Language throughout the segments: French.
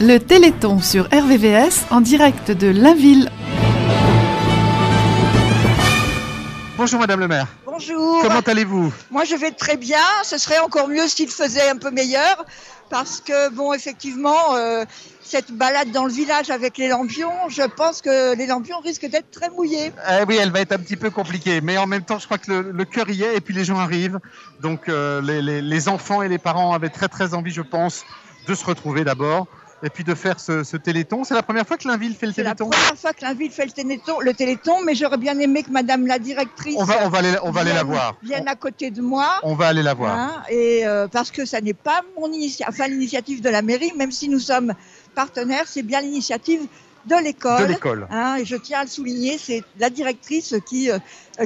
Le Téléthon sur RVVS en direct de Lainville. Bonjour Madame le maire, Bonjour. comment allez-vous Moi, je vais très bien. Ce serait encore mieux s'il faisait un peu meilleur. Parce que, bon, effectivement, euh, cette balade dans le village avec les lampions, je pense que les lampions risquent d'être très mouillés. Eh oui, elle va être un petit peu compliquée, mais en même temps, je crois que le, le cœur y est et puis les gens arrivent. Donc euh, les, les- les enfants et les parents avaient très très envie, je pense, de se retrouver d'abord et puis de faire ce, ce téléthon. C'est la première fois que Linville fait le C'est la téléthon première fois que la ville fait le téléthon, le téléthon, mais j'aurais bien aimé que madame la directrice on va, on va aller, on va aller la vienne- voir. vienne à côté de moi. On va aller la voir. Hein, et euh, parce que ça n'est pas mon initiative, enfin l'initiative de la mairie, même si nous sommes partenaires, c'est bien l'initiative de De l'école. l'école. Hein, et je tiens à le souligner, c'est la directrice qui, euh,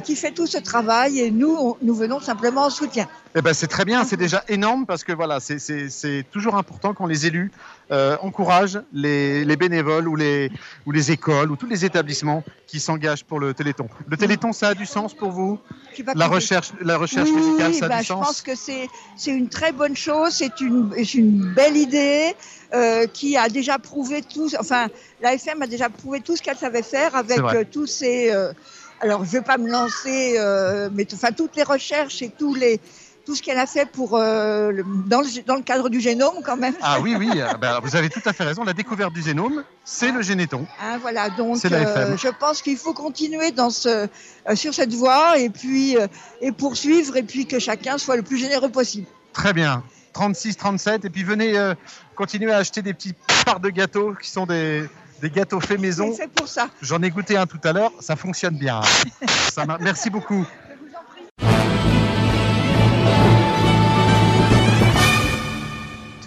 qui fait tout ce travail et nous, on- nous venons simplement en soutien. Eh ben, c'est très bien, c'est déjà énorme parce que voilà, c'est- c'est c'est toujours important quand les élus euh, encouragent les, les bénévoles ou les, ou les écoles ou tous les établissements qui s'engagent pour le Téléthon. Le Téléthon, ça a du sens pour vous Je sais pas La comment- recherche, la recherche Oui, musicale, ça a bah, du je pense sens que c'est c'est une très bonne chose, c'est une, c'est une belle idée euh, qui a déjà prouvé tout, enfin la FM a déjà prouvé tout ce qu'elle savait faire avec C'est vrai. euh, tous ces, euh, alors je vais pas me lancer, euh, mais t- enfin toutes les recherches et tous les tout ce qu'elle a fait pour euh, le- dans, le, gé- dans le cadre du génome quand même. Ah oui, oui, euh, bah, vous avez tout à fait raison. La découverte du génome, c'est le généton. Hein, voilà, donc C'est la FM. je pense qu'il faut continuer dans ce, euh, sur cette voie et puis euh, et poursuivre et puis que chacun soit le plus généreux possible. Très bien. 36, 37. Et puis venez euh, continuer à acheter des petits parts de gâteaux qui sont des, des gâteaux faits maison. C'est fait pour ça. J'en ai goûté un tout à l'heure. Ça fonctionne bien. Ça m'a- Merci beaucoup.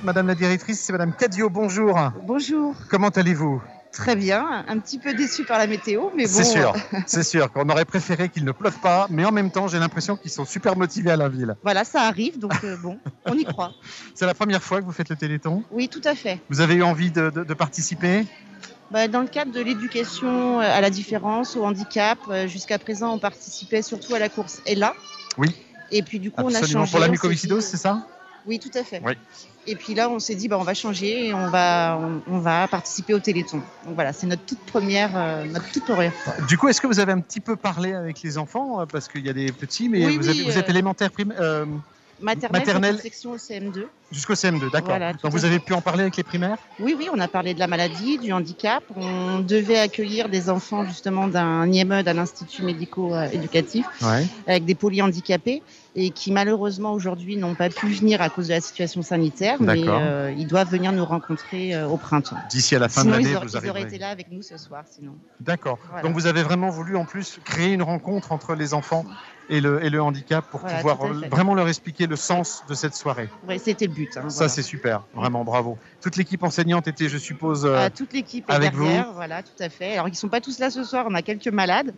Madame la directrice, c'est Madame Cadio. Bonjour. Bonjour, Comment allez-vous très bien. Un petit peu déçu par la météo, mais bon. C'est sûr, c'est sûr qu'on aurait préféré qu'il ne pleuve pas, mais en même temps, j'ai l'impression qu'ils sont super motivés à la ville. Voilà, ça arrive, donc euh, bon, on y croit. C'est la première fois que vous faites le Téléthon. Oui, tout à fait. Vous avez eu envie de, de- de participer Bah, dans le cadre de l'éducation euh, à la différence, au handicap, euh, jusqu'à présent, on participait surtout à la course et là. Oui. Et puis du coup, on a Absolument. changé. Pour la on s'est mucoviscidose, dit- c'est ça Oui, tout à fait. Oui. Et puis là, on s'est dit, bah, on va changer et on va, on, on va participer au Téléthon. Donc voilà, c'est notre toute première, euh, notre toute première fois. Du coup, est-ce que vous avez un petit peu parlé avec les enfants euh, Parce qu'il y a des petits, mais Oui, vous, oui, avez- vous êtes euh, élémentaire prim- euh, Maternelle, Maternelle. petite section au CM2. jusqu'au CM2, d'accord. Voilà, tout Donc à vous fait. avez pu en parler avec les primaires Oui, oui, on a parlé de la maladie, du handicap. On devait accueillir des enfants justement d'un IME, d'un institut médico-éducatif, Oui. avec des polyhandicapés et qui malheureusement aujourd'hui n'ont pas pu venir à cause de la situation sanitaire, mais D'accord. euh, ils doivent venir nous rencontrer euh, au printemps. D'ici à la fin Sinon, de ils, l'année, auraient- vous ils auraient été arriverez. là avec nous ce soir, sinon. D'accord. Voilà. Donc vous avez vraiment voulu en plus créer une rencontre entre les enfants et le, et le handicap pour Voilà, pouvoir tout à fait. euh, vraiment leur expliquer le sens de cette soirée. Ouais, c'était le but. Ça, hein, voilà. c'est super. Vraiment, bravo. Toute l'équipe enseignante était, je suppose, euh, Ah, toute l'équipe est avec derrière, voilà, tout à fait. Alors, ils sont pas tous là ce soir, on a quelques malades,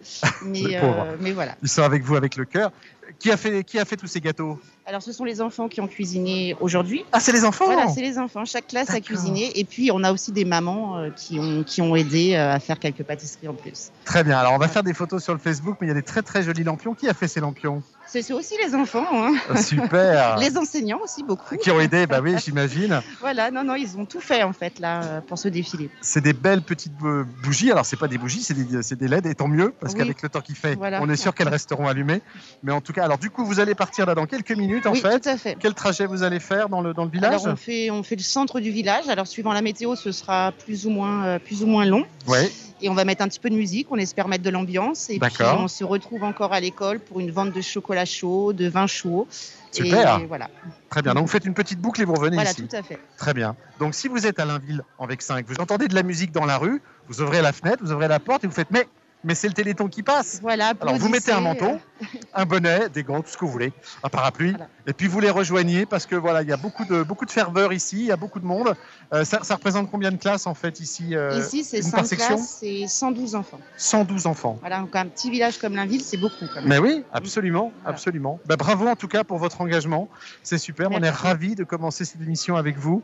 Les mais, pauvres. euh, mais voilà. ils sont avec vous, avec le cœur. Qui a fait, qui a fait tous ces gâteaux Alors, ce sont les enfants qui ont cuisiné aujourd'hui. Ah, c'est les enfants Voilà, c'est les enfants. Chaque classe a D'accord. cuisiné. Et puis, on a aussi des mamans euh, qui, ont, qui ont aidé euh, à faire quelques pâtisseries en plus. Très bien. Alors, on va faire des photos sur le Facebook, mais il y a des très très jolis lampions. Qui a fait ces lampions C'est c'est aussi les enfants, hein. Euh, Super. les enseignants aussi, beaucoup. Qui ont aidé Bah oui, j'imagine. Voilà, non, non, ils ont tout fait en fait là euh, pour ce défilé. C'est des belles petites euh, bougies. Alors, c'est pas des bougies, c'est des, c'est des LED, et tant mieux, parce Oui. qu'avec le temps qu'il fait, Voilà. on est sûr qu'elles resteront allumées. Mais en tout cas, alors, du coup, vous allez partir là dans quelques minutes, en oui, fait. tout à fait. Quel trajet vous allez faire dans le, dans le village Alors on fait, on fait le centre du village. Alors suivant la météo, ce sera plus ou moins, euh, plus ou moins long. Ouais. Et on va mettre un petit peu de musique. On espère mettre de l'ambiance. Et puis D'accord. on se retrouve encore à l'école pour une vente de chocolat chaud, de vin chaud. Super. Et voilà, Très bien. Donc, vous faites une petite boucle et vous revenez voilà, ici. tout à fait. Très bien. Donc si vous êtes à Linville en Vexin, que vous entendez de la musique dans la rue, vous ouvrez la fenêtre, vous ouvrez la porte et vous faites mais mais c'est le Téléthon qui passe. Voilà. Alors vous mettez un applaudissez, euh, manteau, un bonnet, des gants, tout ce que vous voulez, un parapluie, Voilà. et puis vous les rejoignez parce que voilà il y a beaucoup de beaucoup de ferveur ici, il y a beaucoup de monde. Euh, ça, ça représente combien de classes en fait ici euh, Ici, c'est une par 5 section classes et 112 enfants. 112 enfants. Voilà, donc un petit village comme Linville, c'est beaucoup quand même. Mais oui, absolument, Voilà. absolument. Bah, bravo en tout cas pour votre engagement. C'est super. On est Merci. ravis de commencer cette émission avec vous,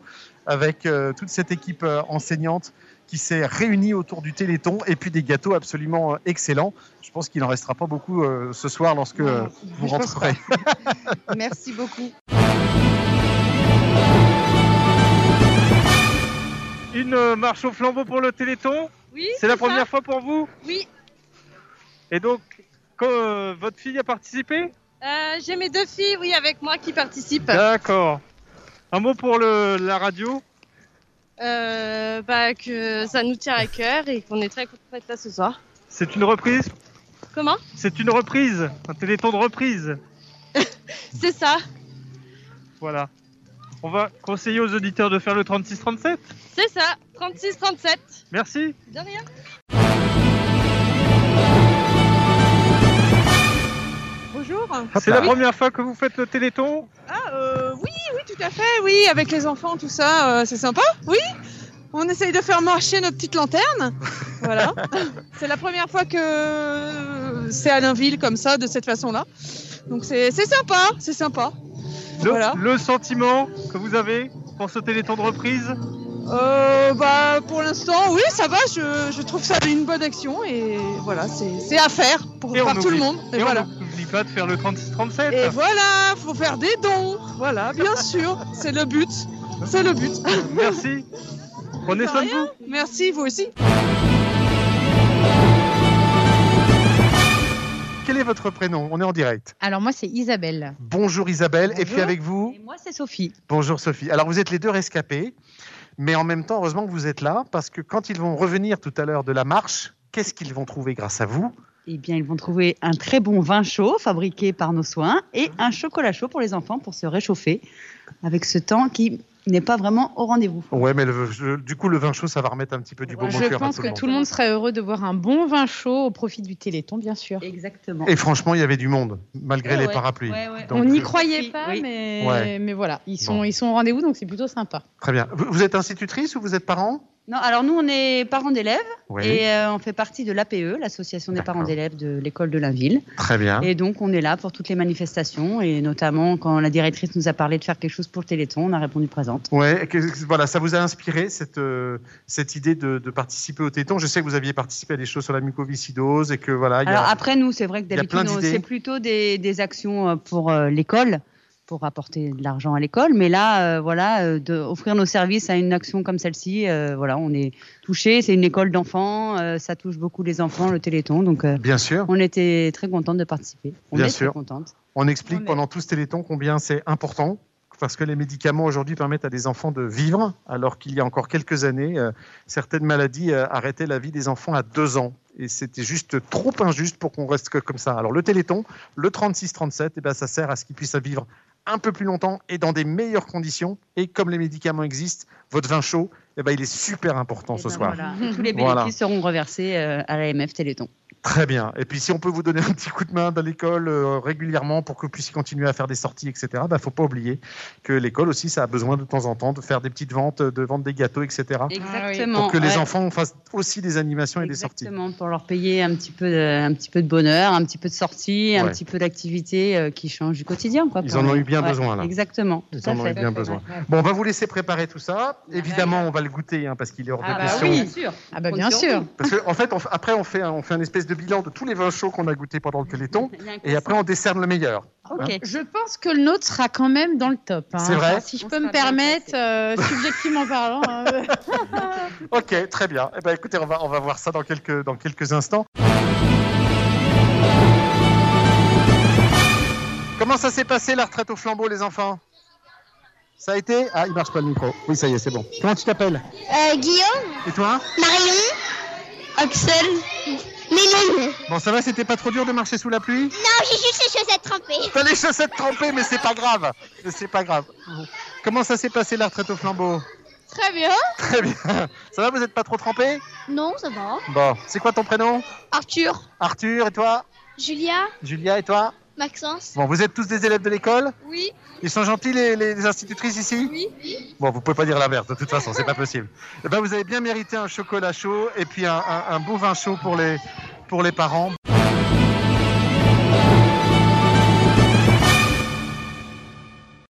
avec euh, toute cette équipe euh, enseignante qui s'est réunie autour du Téléthon et puis des gâteaux absolument euh, excellents. Je pense qu'il n'en restera pas beaucoup euh, ce soir lorsque euh, Non, vous je pense rentrerez. pas. Merci beaucoup. Une une euh, marche au flambeau pour le Téléthon Oui, C'est la ça. première fois pour vous Oui, Et donc, quand, euh, votre fille a participé Euh, j'ai mes deux filles, oui, avec moi qui participent. D'accord. Un mot pour le, la radio Euh, bah, que ça nous tient à cœur et qu'on est très content d'être là ce soir. C'est une reprise Comment C'est une reprise Un Téléthon de reprise C'est ça, Voilà. On va conseiller aux auditeurs de faire le 36-37 c'est ça. 36-37. Merci De rien. Bonjour. C'est la première fois que vous faites le Téléthon Ah euh, oui, oui, tout à fait, oui, avec les enfants, tout ça, euh, c'est sympa, oui. On essaye de faire marcher nos petites lanternes. Voilà. c'est la première fois que euh, c'est à Linville comme ça, de cette façon-là. Donc c'est c'est sympa, c'est sympa. le, Voilà. le sentiment que vous avez pour ce Téléthon de reprise Euh, bah, pour l'instant, oui, ça va, je, je trouve ça une bonne action et voilà, c'est c'est à faire pour Et on par tout le oublie. monde. Et, Et voilà. on n'oublie pas de faire le 36-37 Et voilà, faut faire des dons. Voilà, bien sûr, c'est le but. C'est le but. Merci Prenez De soin de rien. vous Merci, vous aussi. Quel est votre prénom On est en direct. Alors moi c'est Isabelle. Bonjour Isabelle, et Bonjour. puis avec vous, Et moi c'est Sophie. Bonjour Sophie. Alors vous êtes les deux rescapés, mais en même temps, heureusement que vous êtes là, parce que quand ils vont revenir tout à l'heure de la marche, qu'est-ce qu'ils vont trouver grâce à vous Eh bien ils vont trouver un très bon vin chaud fabriqué par nos soins et un chocolat chaud pour les enfants pour se réchauffer avec ce temps qui n'est pas vraiment au rendez-vous. Ouais, mais le- je- du coup, le vin chaud, ça va remettre un petit peu du baume au Je cœur à pense tout que le monde. tout le monde serait heureux de boire un bon vin chaud au profit du Téléthon, bien sûr. Exactement. Et franchement, il y avait du monde, malgré Ouais, les ouais. parapluies. Ouais, ouais. Donc, on n'y euh, croyait Oui, pas, oui. mais, Ouais. mais voilà, ils sont, Bon. ils sont au rendez-vous, donc c'est plutôt sympa. Très bien. Vous, vous êtes institutrice ou vous êtes parent Non, alors nous on est parents d'élèves Oui. et euh, on fait partie de l'APE, l'association des D'accord. Ah. parents d'élèves de l'école de Linville. Très bien. Et donc on est là pour toutes les manifestations et notamment quand la directrice nous a parlé de faire quelque chose pour le Téléthon, on a répondu présente. Ouais, que- voilà, ça vous a inspiré cette, euh, cette idée de, de participer au téton. Je sais que vous aviez participé à des choses sur la mucoviscidose et que voilà. Ah, il y a- Alors après, nous, c'est vrai que y a plein d'habitude, on- d'idées. c'est plutôt des, des actions euh, pour euh, l'école, pour apporter de l'argent à l'école. Mais là, euh, voilà, euh, de offrir nos services à une action comme celle-ci, euh, voilà, on est touché. C'est une école d'enfants, euh, ça touche beaucoup les enfants, le Téléthon. Donc, euh, Bien sûr. on était très contente de participer. On Bien est sûr. très contente. On explique On est- pendant tout ce téléthon combien c'est important parce que les médicaments aujourd'hui permettent à des enfants de vivre, alors qu'il y a encore quelques années, euh, certaines maladies euh, arrêtaient la vie des enfants à deux ans. Et c'était juste trop injuste pour qu'on reste que comme ça. Alors le téléthon, le 36-37, eh ben, ça sert à ce qu'ils puissent vivre un peu plus longtemps et dans des meilleures conditions. Et comme les médicaments existent, votre vin chaud, eh ben, il est super important Et ce ben soir. voilà. Et Tous les bénéfices Voilà. seront reversés euh, à l'AMF Téléthon. Très bien. Et puis, si on peut vous donner un petit coup de main dans l'école euh, régulièrement pour que vous puissiez continuer à faire des sorties, etc., il ne faut pas oublier que l'école aussi, ça a besoin de temps en temps de faire des petites ventes, de vendre des gâteaux, etc., Exactement. Euh, pour que les ouais. enfants fassent aussi des animations et des sorties. Exactement, pour leur payer un petit peu de, un petit peu de bonheur, un petit peu de sortie, un Ouais. petit peu d'activité euh, qui change du quotidien. Quoi, Ils pour en les- ont eu bien Ouais, besoin, là. Exactement. Ils tout à en ont fait. bah eu bien besoin. Bon, on va vous laisser préparer tout ça. Évidemment, on va le goûter hein, parce qu'il est hors de Ah bah question. oui, bien sûr. Ah bah bien sûr. Parce que, en fait, on f- après, on fait, un, on fait un espèce de bilan de tous les vins chauds qu'on a goûtés pendant le Téléthon. Il y a un Et après, hein. on décerne le meilleur. Ok. Je pense que le nôtre sera quand même dans le top. hein. Ah, C'est vrai Si je On peux me sera bien permettre, euh, subjectivement parlant. hein. Ok, très bien. Eh ben, écoutez, on va, on va voir ça dans quelques, dans quelques instants. Comment ça s'est passé la retraite au flambeau, les enfants Ça a été Ah, il marche pas le micro. Oui, ça y est, c'est bon. Comment tu t'appelles Euh, Guillaume, Et toi Marion, Axel. Mais non, non, Bon, ça va, c'était pas trop dur de marcher sous la pluie Ah, j'ai juste les chaussettes trempées. T'as les chaussettes trempées, mais c'est pas grave. Mais C'est pas grave. Comment ça s'est passé la retraite au flambeau Très bien. Très bien. Ça va, vous êtes pas trop trempés Non, ça va. Bon, c'est quoi ton prénom Arthur, Arthur, et toi Julia, Julia, et toi Maxence. Bon, vous êtes tous des élèves de l'école Oui. Ils sont gentils les, les- les institutrices ici Oui. Bon, vous pouvez pas dire l'inverse, de toute façon, c'est pas possible. Eh ben, vous avez bien mérité un chocolat chaud et puis un, un- un beau vin chaud pour les, pour les parents.